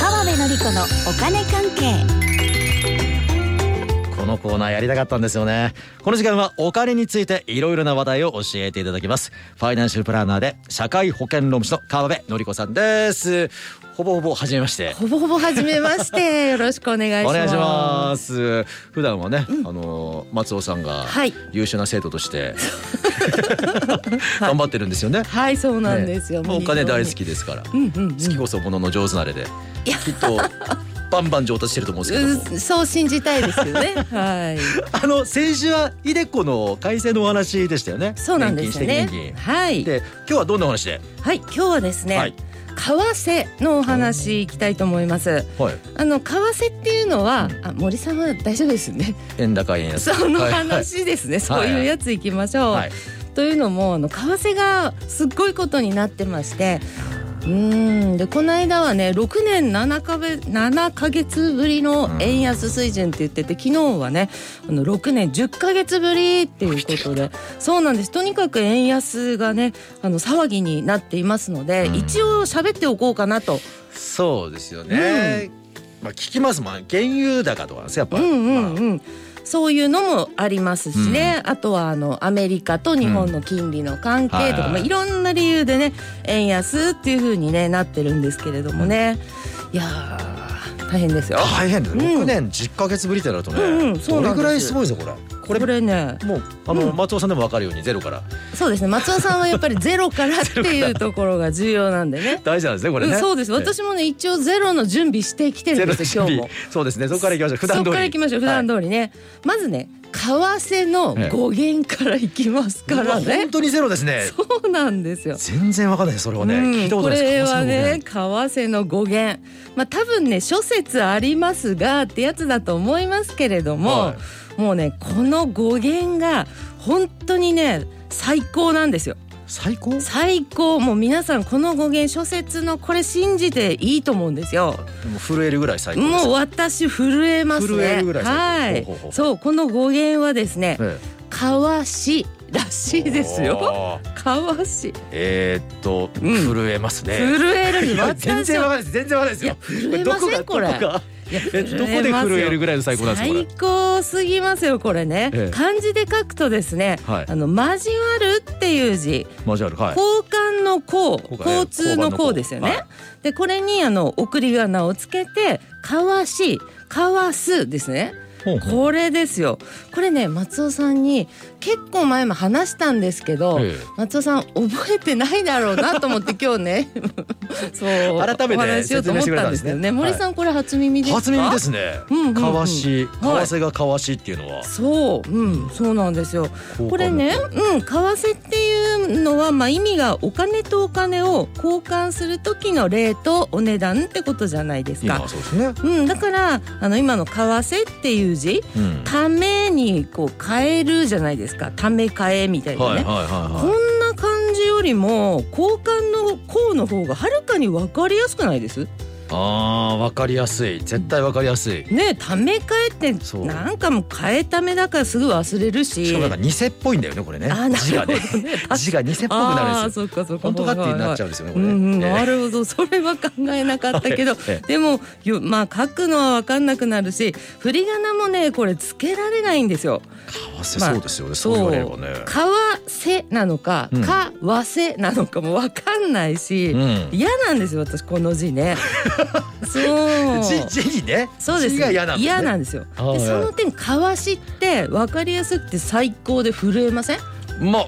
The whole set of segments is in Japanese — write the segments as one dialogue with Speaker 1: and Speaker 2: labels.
Speaker 1: 子のお金関係
Speaker 2: このコーナーやりたかったんですよねこの時間はお金についていろいろな話題を教えていただきますファイナンシャルプランナーで社会保険労務士の川辺典子さんですほぼほぼ初めまして
Speaker 3: ほぼほぼ初めま して、よろしくお願いし
Speaker 2: お
Speaker 3: ます。
Speaker 2: 願いします普段はね、あの松尾さんが
Speaker 3: はい
Speaker 2: 優秀な生徒として 頑張ってるんですよね
Speaker 3: はい、そうなんですよ。
Speaker 2: ねもうお金大好
Speaker 3: き。
Speaker 2: きですから、
Speaker 3: うんうん、うん
Speaker 2: 好きこそものの上手なれで
Speaker 3: いや
Speaker 2: きっとバンバン上達してると思うんですけども
Speaker 3: うそう信じたいですよね。 はい。
Speaker 2: あの先週はイデコの改正のお話でしたよね。
Speaker 3: そうなんですよ
Speaker 2: 年金指定
Speaker 3: ね。
Speaker 2: 年
Speaker 3: はい
Speaker 2: 金。で今日はどんなお話で。
Speaker 3: はい、今日はですね。
Speaker 2: はい
Speaker 3: 為替のお話いきたいと思います。
Speaker 2: はい。
Speaker 3: あの為替っていうのは、あ、森さんは大丈夫ですね。
Speaker 2: 円高円安。
Speaker 3: その
Speaker 2: はい
Speaker 3: 話ですね。
Speaker 2: はいはい
Speaker 3: そういうやついきましょう。
Speaker 2: はい。
Speaker 3: というのもあの為替がすっごいことになってましてうーんでこの間はね6年7かべ7ヶ月ぶりの円安水準って言ってて昨日はねあの6年10ヶ月ぶりっていうことでそうなんですとにかく円安がねあの騒ぎになっていますので、
Speaker 2: うん
Speaker 3: 一応喋っておこうかなと
Speaker 2: そうですよね。まあ聞きますもん。原油高とかですやっぱ。
Speaker 3: うんうん
Speaker 2: ま
Speaker 3: う
Speaker 2: あ
Speaker 3: ん、そういうのもありますしね、あとはあのアメリカと日本の金利の関係とか、
Speaker 2: うんは
Speaker 3: まあ、
Speaker 2: い
Speaker 3: いろんな理由でね円安っていうふうに、ね、なってるんですけれどもね、いやー大変ですよ。
Speaker 2: 大変だ。
Speaker 3: うん
Speaker 2: 六年十ヶ月ぶりってなるとね。
Speaker 3: うんうんそう
Speaker 2: どれ
Speaker 3: なんです
Speaker 2: ぐらいすごいぞこれ。
Speaker 3: これね
Speaker 2: もうあの、
Speaker 3: うん
Speaker 2: 松尾さんでもわかるようにゼロから。
Speaker 3: そうですね松尾さんはやっぱりゼロからっていうところが重要なんでね
Speaker 2: 大事なんですね これね。
Speaker 3: うんそうです
Speaker 2: ね
Speaker 3: 私もね一応ゼロの準備してきてるんですよ今日も。。
Speaker 2: そうですね。そこから行きましょう。 普段通り。
Speaker 3: そこから行きましょう普段
Speaker 2: 通
Speaker 3: 通りね、まずね為替の語源からいきますからね、
Speaker 2: 本当にゼロですね。
Speaker 3: そうなんですよ。
Speaker 2: 全然わかんないですそれはね。
Speaker 3: うん
Speaker 2: 聞いたこと
Speaker 3: こ
Speaker 2: ないです。
Speaker 3: れは
Speaker 2: 川
Speaker 3: ね
Speaker 2: 島
Speaker 3: 為替の語源まあ多分ね諸説ありますがってやつだと思いますけれども、
Speaker 2: は
Speaker 3: もうねこの語源が本当にね最高なんですよ
Speaker 2: さん最高。
Speaker 3: 最高もう皆さんこの語源諸説のこれ信じていいと思うんですよ
Speaker 2: もう震えるぐらい最高です。
Speaker 3: もう私震えますね
Speaker 2: 震えるぐらい
Speaker 3: は
Speaker 2: 最高
Speaker 3: い
Speaker 2: ほうほうほう
Speaker 3: そうこの語源はですね
Speaker 2: え
Speaker 3: 「かわし」らしいですよ。
Speaker 2: よ。
Speaker 3: かわし
Speaker 2: えー、っと、
Speaker 3: うん
Speaker 2: 震えますね。
Speaker 3: 震える
Speaker 2: い
Speaker 3: に
Speaker 2: や
Speaker 3: 私
Speaker 2: 全
Speaker 3: は
Speaker 2: 然わかんないです。全然わかんないですよ。
Speaker 3: いや震えません
Speaker 2: どこが
Speaker 3: これ
Speaker 2: どこが
Speaker 3: いや
Speaker 2: えどこで震えるぐらいの最高なんですかこ
Speaker 3: 最高すぎますよこれね、
Speaker 2: ええ
Speaker 3: 漢字で書くとですね、
Speaker 2: はい
Speaker 3: あの交わるっていう字、
Speaker 2: れ。マジあるはい。
Speaker 3: 交換の交
Speaker 2: 交換ね
Speaker 3: 交通の交ですよね、
Speaker 2: 交番
Speaker 3: でこれにあの送り仮名をつけてかわしかわすですね
Speaker 2: ほうほう
Speaker 3: これですよこれね松尾さんに結構前も話したんですけど、
Speaker 2: ええ
Speaker 3: 松尾さん覚えてないだろうなと思って 今日ねそう
Speaker 2: 改めて
Speaker 3: お話しようと思
Speaker 2: 説明
Speaker 3: ったんですけどね
Speaker 2: してくれたんですね
Speaker 3: 森さんこれ初耳ですか
Speaker 2: 初耳ですね。
Speaker 3: うんうんうん
Speaker 2: かわし、為
Speaker 3: はい
Speaker 2: 替がかわしっていうのは。
Speaker 3: そう、うん、そうなんですよ。これね、うん、為替っていうのは、まあ、意味がお金とお金を交換する時の例とお値段ってことじゃないです
Speaker 2: 交換の。今は。
Speaker 3: か
Speaker 2: そうですね。
Speaker 3: うん、だから、あの、今の為替っていう字、
Speaker 2: うん。
Speaker 3: ために、こう、変えるじゃないですか。ため替えみたいな
Speaker 2: はいはい
Speaker 3: ね。こ
Speaker 2: は
Speaker 3: んな感じよりも、交換の項の方がはるかに分かりやすくないで
Speaker 2: い
Speaker 3: す。
Speaker 2: はい。ああーわかりやすい。絶対わかりやすい。
Speaker 3: ねえ、ため替えっ
Speaker 2: そ
Speaker 3: て、
Speaker 2: う
Speaker 3: なんかもう替えためだから、すぐ忘れるし。
Speaker 2: しかもなんか偽っぽいんだよねこれね
Speaker 3: あー。な
Speaker 2: 字がね
Speaker 3: る。ほどね
Speaker 2: 字が偽っぽくなるんですよ。
Speaker 3: あーそっかそっか
Speaker 2: 本当かってなっちゃうんですよねこれね。
Speaker 3: うん、
Speaker 2: ええ
Speaker 3: なるほどそれは考えなかったけど、
Speaker 2: はいえ
Speaker 3: でもよまあ書くのは分かんなくなるし振り仮名もねこれつけられないんですよ。
Speaker 2: 為替そうですよね、そう言われればね。
Speaker 3: かわせなのか、
Speaker 2: うん
Speaker 3: かわせなのかも分かんないし、
Speaker 2: うん。
Speaker 3: 嫌なんですよ私この字 ね。そう
Speaker 2: 字字にね。
Speaker 3: そうです
Speaker 2: 字が嫌なんだね
Speaker 3: 嫌なんですよ。で
Speaker 2: はい
Speaker 3: その点かわしって分かりやすくて最高で震えません
Speaker 2: まあ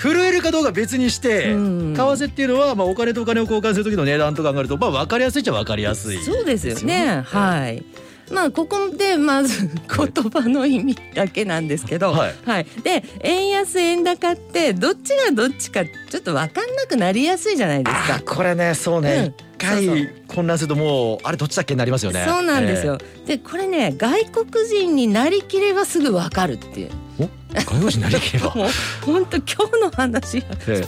Speaker 2: 震えるかどう か別にして、
Speaker 3: うん
Speaker 2: 為替っていうのはまあお金とお金を交換する時の値段と考えるとまあ分かりやすいっちゃ分かりやすい。
Speaker 3: そうですよ
Speaker 2: ですよ
Speaker 3: ね。
Speaker 2: ね
Speaker 3: はい。まあここでまず言葉の意味だけなんですけど、
Speaker 2: はい
Speaker 3: で円安円高ってどっちがどっちかちょっと分かんなくなりやすいじゃないです
Speaker 2: あ
Speaker 3: か。
Speaker 2: これねそうね
Speaker 3: うん
Speaker 2: 一、回
Speaker 3: そうそ
Speaker 2: 混乱するともうあれどっちだっけになりますよね。
Speaker 3: そうなんですよ。でこれね外国人になりきればすぐ分かるっていう。
Speaker 2: ええ。お外国人になりきれ ば。
Speaker 3: もう本当今日の話は
Speaker 2: え
Speaker 3: 違う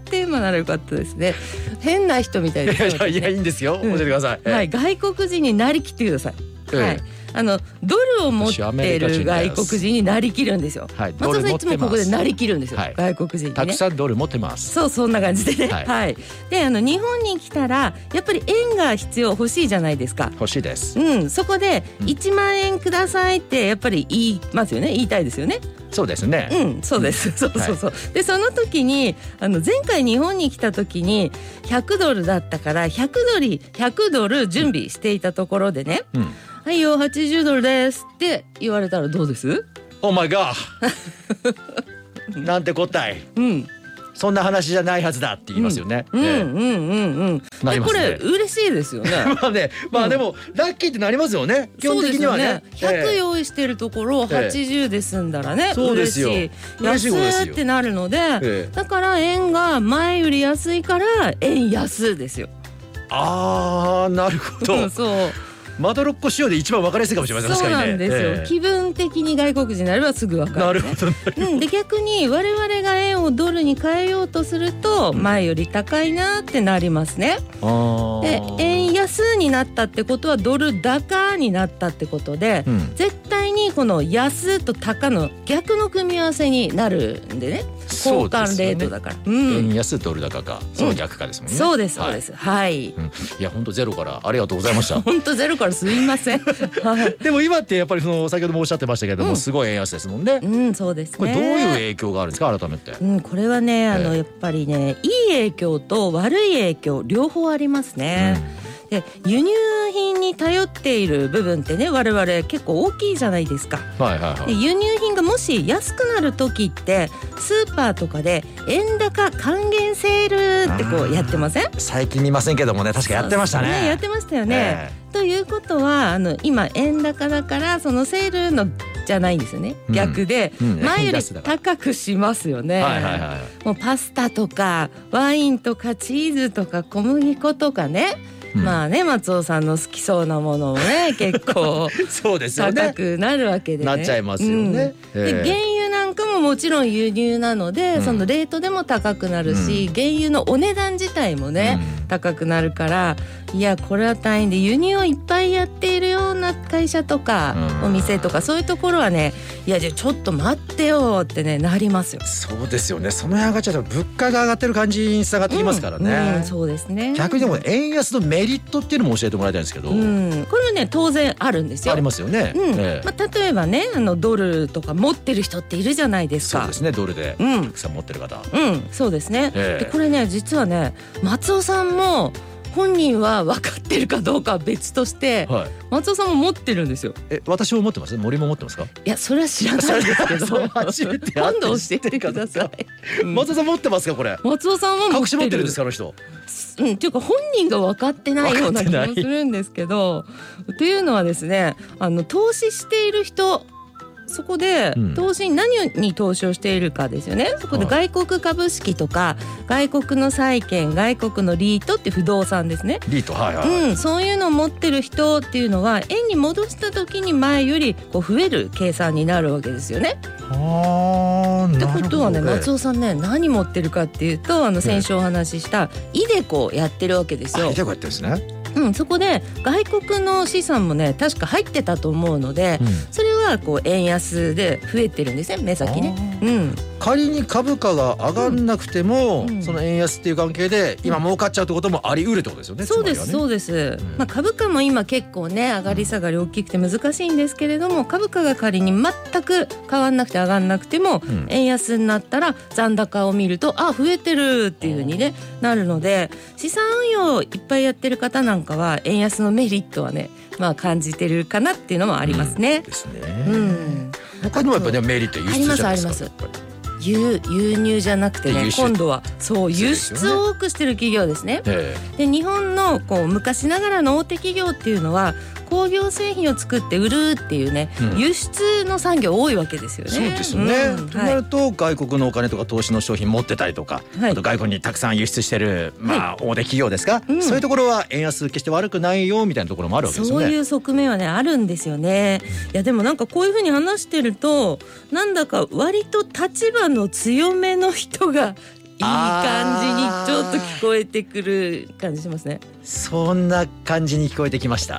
Speaker 3: テーマならよかったですね。変な人みたい
Speaker 2: え
Speaker 3: で
Speaker 2: い
Speaker 3: す
Speaker 2: や
Speaker 3: ね
Speaker 2: いやいやいいんですよ、
Speaker 3: うん
Speaker 2: 教えてください。ええ
Speaker 3: はい、外国人になりきってください。
Speaker 2: ええ
Speaker 3: はい、あのドルを持ってる外国人になりきるんですよ。
Speaker 2: はい
Speaker 3: 松田さんいつもここでなりきるんですよ、
Speaker 2: はい
Speaker 3: 外国人
Speaker 2: た
Speaker 3: に
Speaker 2: く
Speaker 3: ね。
Speaker 2: さんドル持ってます。
Speaker 3: そうそんな感じでね。
Speaker 2: は
Speaker 3: はいい、であの日本に来たらやっぱり円が必要欲しいじゃないですか。
Speaker 2: 欲しいです。
Speaker 3: うん、そこで
Speaker 2: うん
Speaker 3: 1万円くださいってやっぱり言いますよね言いたいですよね
Speaker 2: そうですね。
Speaker 3: うんそうですそうそうそう、でその時にあの前回日本に来た時に100ドルだったから100ドル100ドル準備していたところでね
Speaker 2: うん。
Speaker 3: 「はいよ80ドルです」って言われたらどうです
Speaker 2: お前 が。なんて答え。
Speaker 3: うん、
Speaker 2: そんな話じゃないはずだって言いますよね。
Speaker 3: うん、う
Speaker 2: え
Speaker 3: ん
Speaker 2: え
Speaker 3: うんうん
Speaker 2: なり
Speaker 3: で
Speaker 2: ます
Speaker 3: こ
Speaker 2: ね
Speaker 3: れ嬉しいですよね
Speaker 2: まあね、まあでも、ラッキーってなりますよね。 基本的にはね。
Speaker 3: そうですよね100
Speaker 2: ええ
Speaker 3: 用意してるところを80で済んだらね、
Speaker 2: そうですよ
Speaker 3: 嬉しい
Speaker 2: 嬉しいことですよ
Speaker 3: 安ってなるので、
Speaker 2: ええ
Speaker 3: だから円が前より安いから円安ですよ。
Speaker 2: ああ、なるほ
Speaker 3: う
Speaker 2: ど
Speaker 3: ん。そう
Speaker 2: まどろっこ仕様で一番分かりやすいかもしれません。
Speaker 3: そ
Speaker 2: 確
Speaker 3: う
Speaker 2: か
Speaker 3: な
Speaker 2: にね。
Speaker 3: んですよ、
Speaker 2: ええ
Speaker 3: 気分的に外国人になればすぐわかる、ね。
Speaker 2: なるほど。
Speaker 3: うん、で逆に我々が円をドルに変えようとすると
Speaker 2: ん
Speaker 3: 前より高いなってなりますね。
Speaker 2: あ
Speaker 3: で
Speaker 2: ー
Speaker 3: 円安になったってことはドル高になったってことで、
Speaker 2: うん、
Speaker 3: 絶対にこの安と高の逆の組み合わせになるんでね交
Speaker 2: そうです
Speaker 3: 換
Speaker 2: よ
Speaker 3: レ
Speaker 2: ね
Speaker 3: ートだからう,、
Speaker 2: 円
Speaker 3: ん
Speaker 2: 安ドル高か、その逆かですもんね。
Speaker 3: そうですそう
Speaker 2: はい
Speaker 3: ですはい、
Speaker 2: うんいや本当ゼロからありがとうございま した
Speaker 3: ほんとゼロからすいません はい
Speaker 2: でも今ってやっぱりその先ほどもおっしゃってましたけれども、
Speaker 3: うん
Speaker 2: すごい円安ですもんね
Speaker 3: うんそうですね
Speaker 2: これどういう影響があるんですか改めて
Speaker 3: うん、これはねあ
Speaker 2: え
Speaker 3: の
Speaker 2: え
Speaker 3: やっぱりねいい影響と悪い影響両方ありますね。で輸入品に頼っている部分ってね我々結構大きいじゃないですか。
Speaker 2: はいはいは
Speaker 3: で
Speaker 2: い
Speaker 3: 輸入品がもし安くなる時ってスーパーとかで円高還元セールってこうやってません
Speaker 2: 最近見ませんけどもね確かやってましたね
Speaker 3: そうそうやってましたよね。
Speaker 2: え
Speaker 3: ということはあの今円高だからそのセールのじゃないんですよね
Speaker 2: うん
Speaker 3: 逆で、
Speaker 2: うん
Speaker 3: 前よ
Speaker 2: 円
Speaker 3: り
Speaker 2: 安だから
Speaker 3: 高くしますよ
Speaker 2: え
Speaker 3: ね。
Speaker 2: はいはいはい
Speaker 3: もうパスタとかワインとかチーズとか小麦粉とかね、
Speaker 2: うん
Speaker 3: まあね松尾さんの好きそうなものも ね結構
Speaker 2: そうですよ
Speaker 3: 高
Speaker 2: ね
Speaker 3: くなるわけで、ね、
Speaker 2: なっちゃいますよ
Speaker 3: うん
Speaker 2: ね、え
Speaker 3: で
Speaker 2: え
Speaker 3: 原油なんかももちろん輸入なので、
Speaker 2: うん
Speaker 3: そのレートでも高くなるし、原油のお値段自体もね、高くなるからいやこれは大変で輸入をいっぱいやっているような会社とか、
Speaker 2: うん
Speaker 3: お店とかそういうところはねいやじゃあちょっと待ってよってねなりますよ
Speaker 2: うん。そうですよねその辺上がっちゃうと物価が上がってる感じに従ってきますからね、
Speaker 3: うんそうですね。
Speaker 2: 逆にでも円安のメリットっていうのも教えてもらいたいんですけど、
Speaker 3: うん、これはね当然あるんですよ。
Speaker 2: ありますよね、
Speaker 3: うん、
Speaker 2: ええ
Speaker 3: まあ例えばね、あのドルとか持ってる人っているじゃないです
Speaker 2: そう
Speaker 3: か。
Speaker 2: ですねドルで
Speaker 3: う
Speaker 2: た
Speaker 3: ん、
Speaker 2: くさん持ってる方、
Speaker 3: うん、そうですね。
Speaker 2: ええ
Speaker 3: でこれね実はね松尾さんも本人は分かってるかどうかは別として、
Speaker 2: はい
Speaker 3: 松尾さんも持ってるんですよ。
Speaker 2: え私も持ってます森も持ってますか
Speaker 3: いやそれは知らないですけ ど、
Speaker 2: それ初めて会
Speaker 3: 今
Speaker 2: って
Speaker 3: 度教
Speaker 2: 知っ
Speaker 3: え
Speaker 2: てる
Speaker 3: て
Speaker 2: か
Speaker 3: く
Speaker 2: どう
Speaker 3: だ
Speaker 2: か
Speaker 3: さい。うん
Speaker 2: 松田さん持ってますかこれ
Speaker 3: 松尾さんは
Speaker 2: 隠し持ってるんですかあの人
Speaker 3: うん、っていうか本人が分かってないような気もするんですけど。っていうのはですねあの投資している人そこで
Speaker 2: うん
Speaker 3: 投資に何に投資をしているかですよね、そこで
Speaker 2: は
Speaker 3: 外国株式とか外国の債券外国のリートって不動産ですね。
Speaker 2: リートはいはい、
Speaker 3: うん、そういうのを持ってる人っていうのは円に戻した時に前よりこう増える計算になるわけですよね。
Speaker 2: はあ
Speaker 3: ってことはね松
Speaker 2: 尾
Speaker 3: 尾さんね何持ってるかっていうとあの先週お話ししたイデコをやってるわけですよ。
Speaker 2: こうやってるんですね、
Speaker 3: うん、そこで外国の資産もね確か入ってたと思うので、それはこう円安で増えてるんですね目先ね。うん、
Speaker 2: 仮に株価が上がんなくても、
Speaker 3: うん
Speaker 2: その円安っていう関係で今儲かっちゃうってこともあり得るってことですよね、
Speaker 3: そうです
Speaker 2: う
Speaker 3: そうです、
Speaker 2: うん
Speaker 3: まあ、株価も今結構ね上がり下がり大きくて難しいんですけれども株価が仮に全く変わんなくて上がんなくても
Speaker 2: うん
Speaker 3: 円安になったら残高を見るとあ増えてるっていうふうに、ね、なるので資産運用をいっぱいやってる方なんかは円安のメリットはね、まあ、感じてるかなっていうのもありますね。
Speaker 2: ですね、
Speaker 3: うん
Speaker 2: 他にもやっぱねメリット輸出じゃないですか
Speaker 3: ありますあります
Speaker 2: やっぱり
Speaker 3: 輸輸入じゃなくて
Speaker 2: 輸
Speaker 3: ね
Speaker 2: 出
Speaker 3: 今度はそう
Speaker 2: そうで
Speaker 3: 輸
Speaker 2: すよね
Speaker 3: 出を多くしてる企業ですね。
Speaker 2: え
Speaker 3: で日本のこう昔ながらの大手企業っていうのは工業製品を作って売るっていうね、
Speaker 2: うん
Speaker 3: 輸出の産業多いわけですよ
Speaker 2: え
Speaker 3: ね。
Speaker 2: そうですよね、
Speaker 3: うん
Speaker 2: とな
Speaker 3: は
Speaker 2: ると外国のお金とか投資の商品持ってたりとか、
Speaker 3: いはい
Speaker 2: あと外国にたくさん輸出してる、まあ、大手企業ですか、
Speaker 3: うん
Speaker 2: そういうところは円安決して悪くないよみたいなところもあるわけですよ
Speaker 3: そ
Speaker 2: ね。
Speaker 3: ういう側面はねあるんですよね。いやでもなんかこういうふうに話してるとなんだか割と立場の強めの人がいい感じにちょょっと聞こえてくる感じしますね。
Speaker 2: そんな感じに聞こえてきました。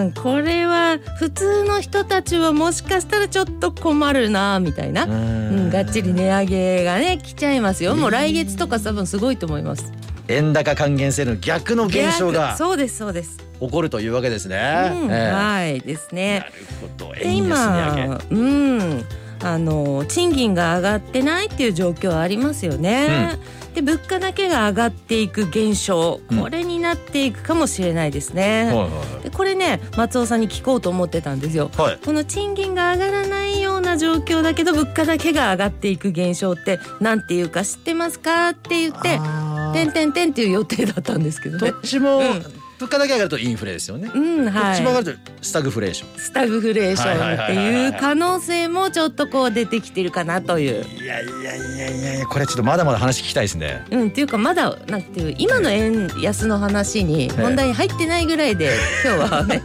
Speaker 3: うん、これは普通の人たちはもしかしたらちょっと困るなみたいな。う、
Speaker 2: うん
Speaker 3: がっちり値上げがね来ちゃいますよ。もう来月とか多分すごいと思います。
Speaker 2: 円高還元性の逆の現象が
Speaker 3: そうですそうです。
Speaker 2: 起こるというわけですね。
Speaker 3: うん、
Speaker 2: ええ
Speaker 3: はいですね
Speaker 2: な。るほど。
Speaker 3: で
Speaker 2: 円安値上げ。
Speaker 3: 今うんあの賃金が上がってないっていう状況ありますよね、で物価だけが上がっていく現象
Speaker 2: うん
Speaker 3: これになっていくかもしれないですね、
Speaker 2: はい
Speaker 3: でこれね松尾さんに聞こうと思ってたんですよ
Speaker 2: はいはい。
Speaker 3: この賃金が上がらないような状況だけど物価だけが上がっていく現象ってなんていうか知ってますかって言って
Speaker 2: あ
Speaker 3: 「
Speaker 2: ー
Speaker 3: てんてんてん」っていう予定だったんですけど
Speaker 2: ど
Speaker 3: ね
Speaker 2: っちも
Speaker 3: うん
Speaker 2: 物価だけ上がるとインフレですよね。
Speaker 3: うん
Speaker 2: ど
Speaker 3: は
Speaker 2: っ
Speaker 3: い
Speaker 2: ちも上がるとスタグフレーション。
Speaker 3: スタグフレーションっていう可能性もちょっとこう出てきてるかなという。
Speaker 2: いやいやいやいやいやこれちょっとまだまだ話聞きたいですね。
Speaker 3: うん、っていうかまだなんていう今の円安の話に
Speaker 2: え
Speaker 3: 問題に入ってないぐらいで今日は ね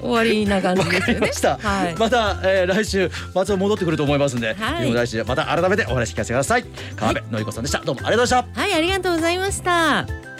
Speaker 3: 終わりな感じですよね。
Speaker 2: ました。
Speaker 3: はい
Speaker 2: また、えー、来週松尾戻ってくると思いますんで、
Speaker 3: はい
Speaker 2: 来週また改めてお話聞かせてください。川辺のりこさんでした。どうもありがとうございました。
Speaker 3: はいありがとうございました。